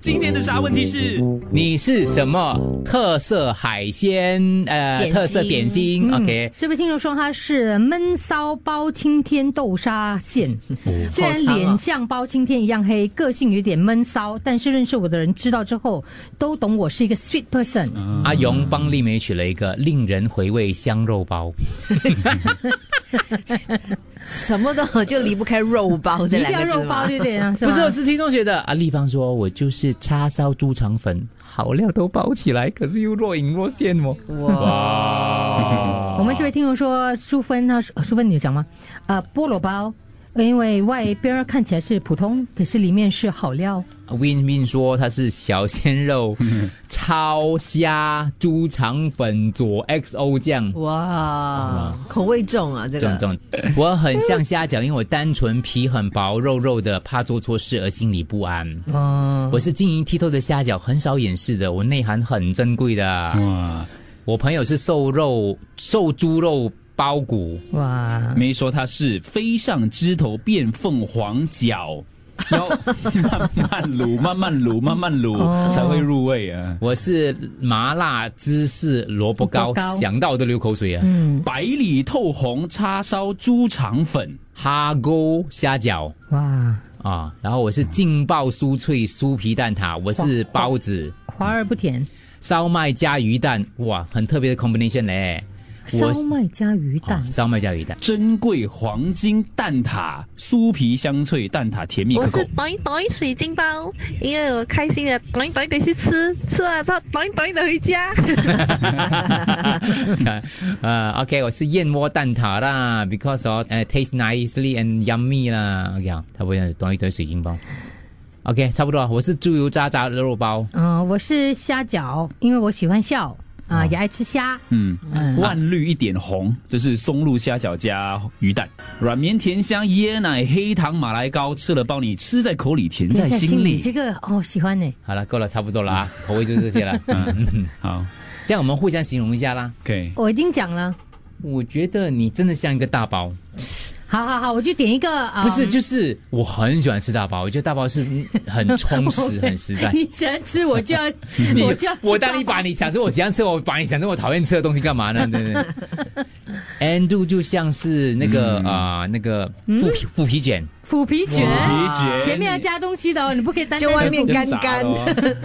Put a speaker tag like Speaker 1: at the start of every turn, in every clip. Speaker 1: 今天的啥问题是？
Speaker 2: 你是什么特色海鲜？呃，
Speaker 3: 点心
Speaker 2: 特色点心、
Speaker 4: 嗯
Speaker 2: o k
Speaker 4: 这位听众说他是焖烧包青天豆沙馅，虽然
Speaker 3: 好长哦
Speaker 4: 脸像包青天一样黑，个性有点闷骚，但是认识我的人知道之后都懂我是一个 sweet person。
Speaker 1: 嗯
Speaker 2: 阿勇帮丽梅取了一个令人回味香肉包，
Speaker 3: 什么都就离不开肉包这
Speaker 4: 一
Speaker 3: 两
Speaker 4: 定
Speaker 3: 个
Speaker 4: 要
Speaker 3: 字
Speaker 4: 肉包
Speaker 3: 嘛
Speaker 4: 对 不对啊？
Speaker 2: 不是，我
Speaker 4: 吗
Speaker 2: 是听众学的。啊，丽芳说我就是叉烧猪肠粉，好料都包起来，可是又若隐若现哦。
Speaker 1: 啊
Speaker 2: 哇！
Speaker 4: 哦我们这位听众说，淑芬她说，呃淑芬你有讲吗？呃，菠萝包，因为外边儿看起来是普通，可是里面是好料。
Speaker 2: 啊 Win Win 说它是小鲜 肉、超虾、猪肠粉、佐 XO 酱。
Speaker 3: 哇，口味重啊，这
Speaker 2: 这种
Speaker 3: 个
Speaker 2: 这种，我很像虾饺，因为我单纯皮很薄，肉肉的，怕做错事而心里不安。
Speaker 4: 哦，
Speaker 2: 我是晶莹剔透的虾饺，很少掩饰的，我内涵很珍贵的。
Speaker 1: 哇，
Speaker 2: 我朋友是瘦肉瘦猪肉包骨，
Speaker 4: 哇，
Speaker 1: 梅说他是飞上枝头变凤凰脚，然后慢慢卤，慢慢卤，慢慢卤才会入味啊。
Speaker 2: 我是麻辣芝士萝卜糕
Speaker 4: 萝卜糕，
Speaker 2: 想到我都流口水啊。
Speaker 4: 嗯，
Speaker 1: 百里透红叉烧猪肠粉，
Speaker 2: 哈勾虾饺
Speaker 4: 哇，
Speaker 2: 啊，然后我是劲爆酥脆酥皮蛋挞，我是包子。
Speaker 4: 华而不甜，
Speaker 2: 烧麦加鱼蛋，哇，很特别的 combination 嘞！
Speaker 4: 烧麦加鱼蛋
Speaker 2: 啊，烧麦加鱼蛋，
Speaker 1: 珍贵黄金蛋挞，酥皮香脆，蛋挞甜蜜
Speaker 5: 我
Speaker 1: 可
Speaker 5: 是
Speaker 1: 口。
Speaker 5: 短短水晶包，因为我开心的短短的去吃，吃完了之后短短的回家。
Speaker 2: 呃，OK，我是燕窝蛋挞啦，because of 呃 taste nicely and yummy 啦，OK 啊，差不多短一短水晶包，OK，差不多，我是猪油渣渣的肉包，
Speaker 4: 嗯、我是虾饺，因为我喜欢笑啊、也爱吃虾。
Speaker 1: 嗯，
Speaker 4: 嗯
Speaker 1: 万绿一点红，这是松露虾饺加鱼蛋，软绵甜香椰奶黑糖马来糕，吃了包你吃在口里，甜在心里。
Speaker 4: 这个哦，喜欢呢。
Speaker 2: 好了，够了，差不多了 啊，口味就这些了，
Speaker 1: 嗯，好
Speaker 2: 这样我们互相形容一下啦。
Speaker 1: ，OK，
Speaker 4: 我已经讲了，
Speaker 2: 我觉得你真的像一个大包，
Speaker 4: 好好好，我就点一个啊，。
Speaker 2: 不是，就是我很喜欢吃大包，我觉得大包是很充实、很实在
Speaker 4: 你喜欢吃我就要，
Speaker 2: 你
Speaker 4: 我就要
Speaker 2: 我当你把你想着我喜欢吃，我把你想着我讨厌吃的东西干嘛呢？对不对？Andrew 就像是那个啊、呃那个腐皮腐皮卷，
Speaker 4: 腐皮卷，
Speaker 1: 哇
Speaker 4: 前面要加东西的哦，你不可以单单
Speaker 3: 就外面
Speaker 4: 腐皮
Speaker 3: 干干，。
Speaker 1: 哦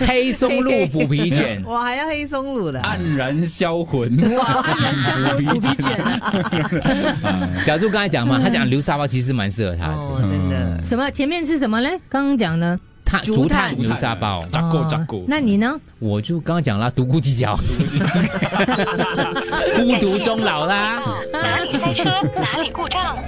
Speaker 2: 黑松露腐皮卷
Speaker 3: 哇，还要黑松露的，
Speaker 1: 黯然销魂。
Speaker 4: 腐皮卷啊，
Speaker 2: 小猪刚才讲嘛，他讲流沙包其实蛮适合他的，
Speaker 3: 哦，真的，
Speaker 4: 什么前面是什么嘞？刚刚讲的
Speaker 2: 他竹炭
Speaker 1: 竹炭
Speaker 2: 流沙包。
Speaker 1: 炸过
Speaker 4: 哦
Speaker 1: 炸过
Speaker 4: 那你呢？
Speaker 2: 我就刚刚讲啦，独孤鸡脚， 孤独终老啦。
Speaker 6: 哦哪里塞车，哪里故障。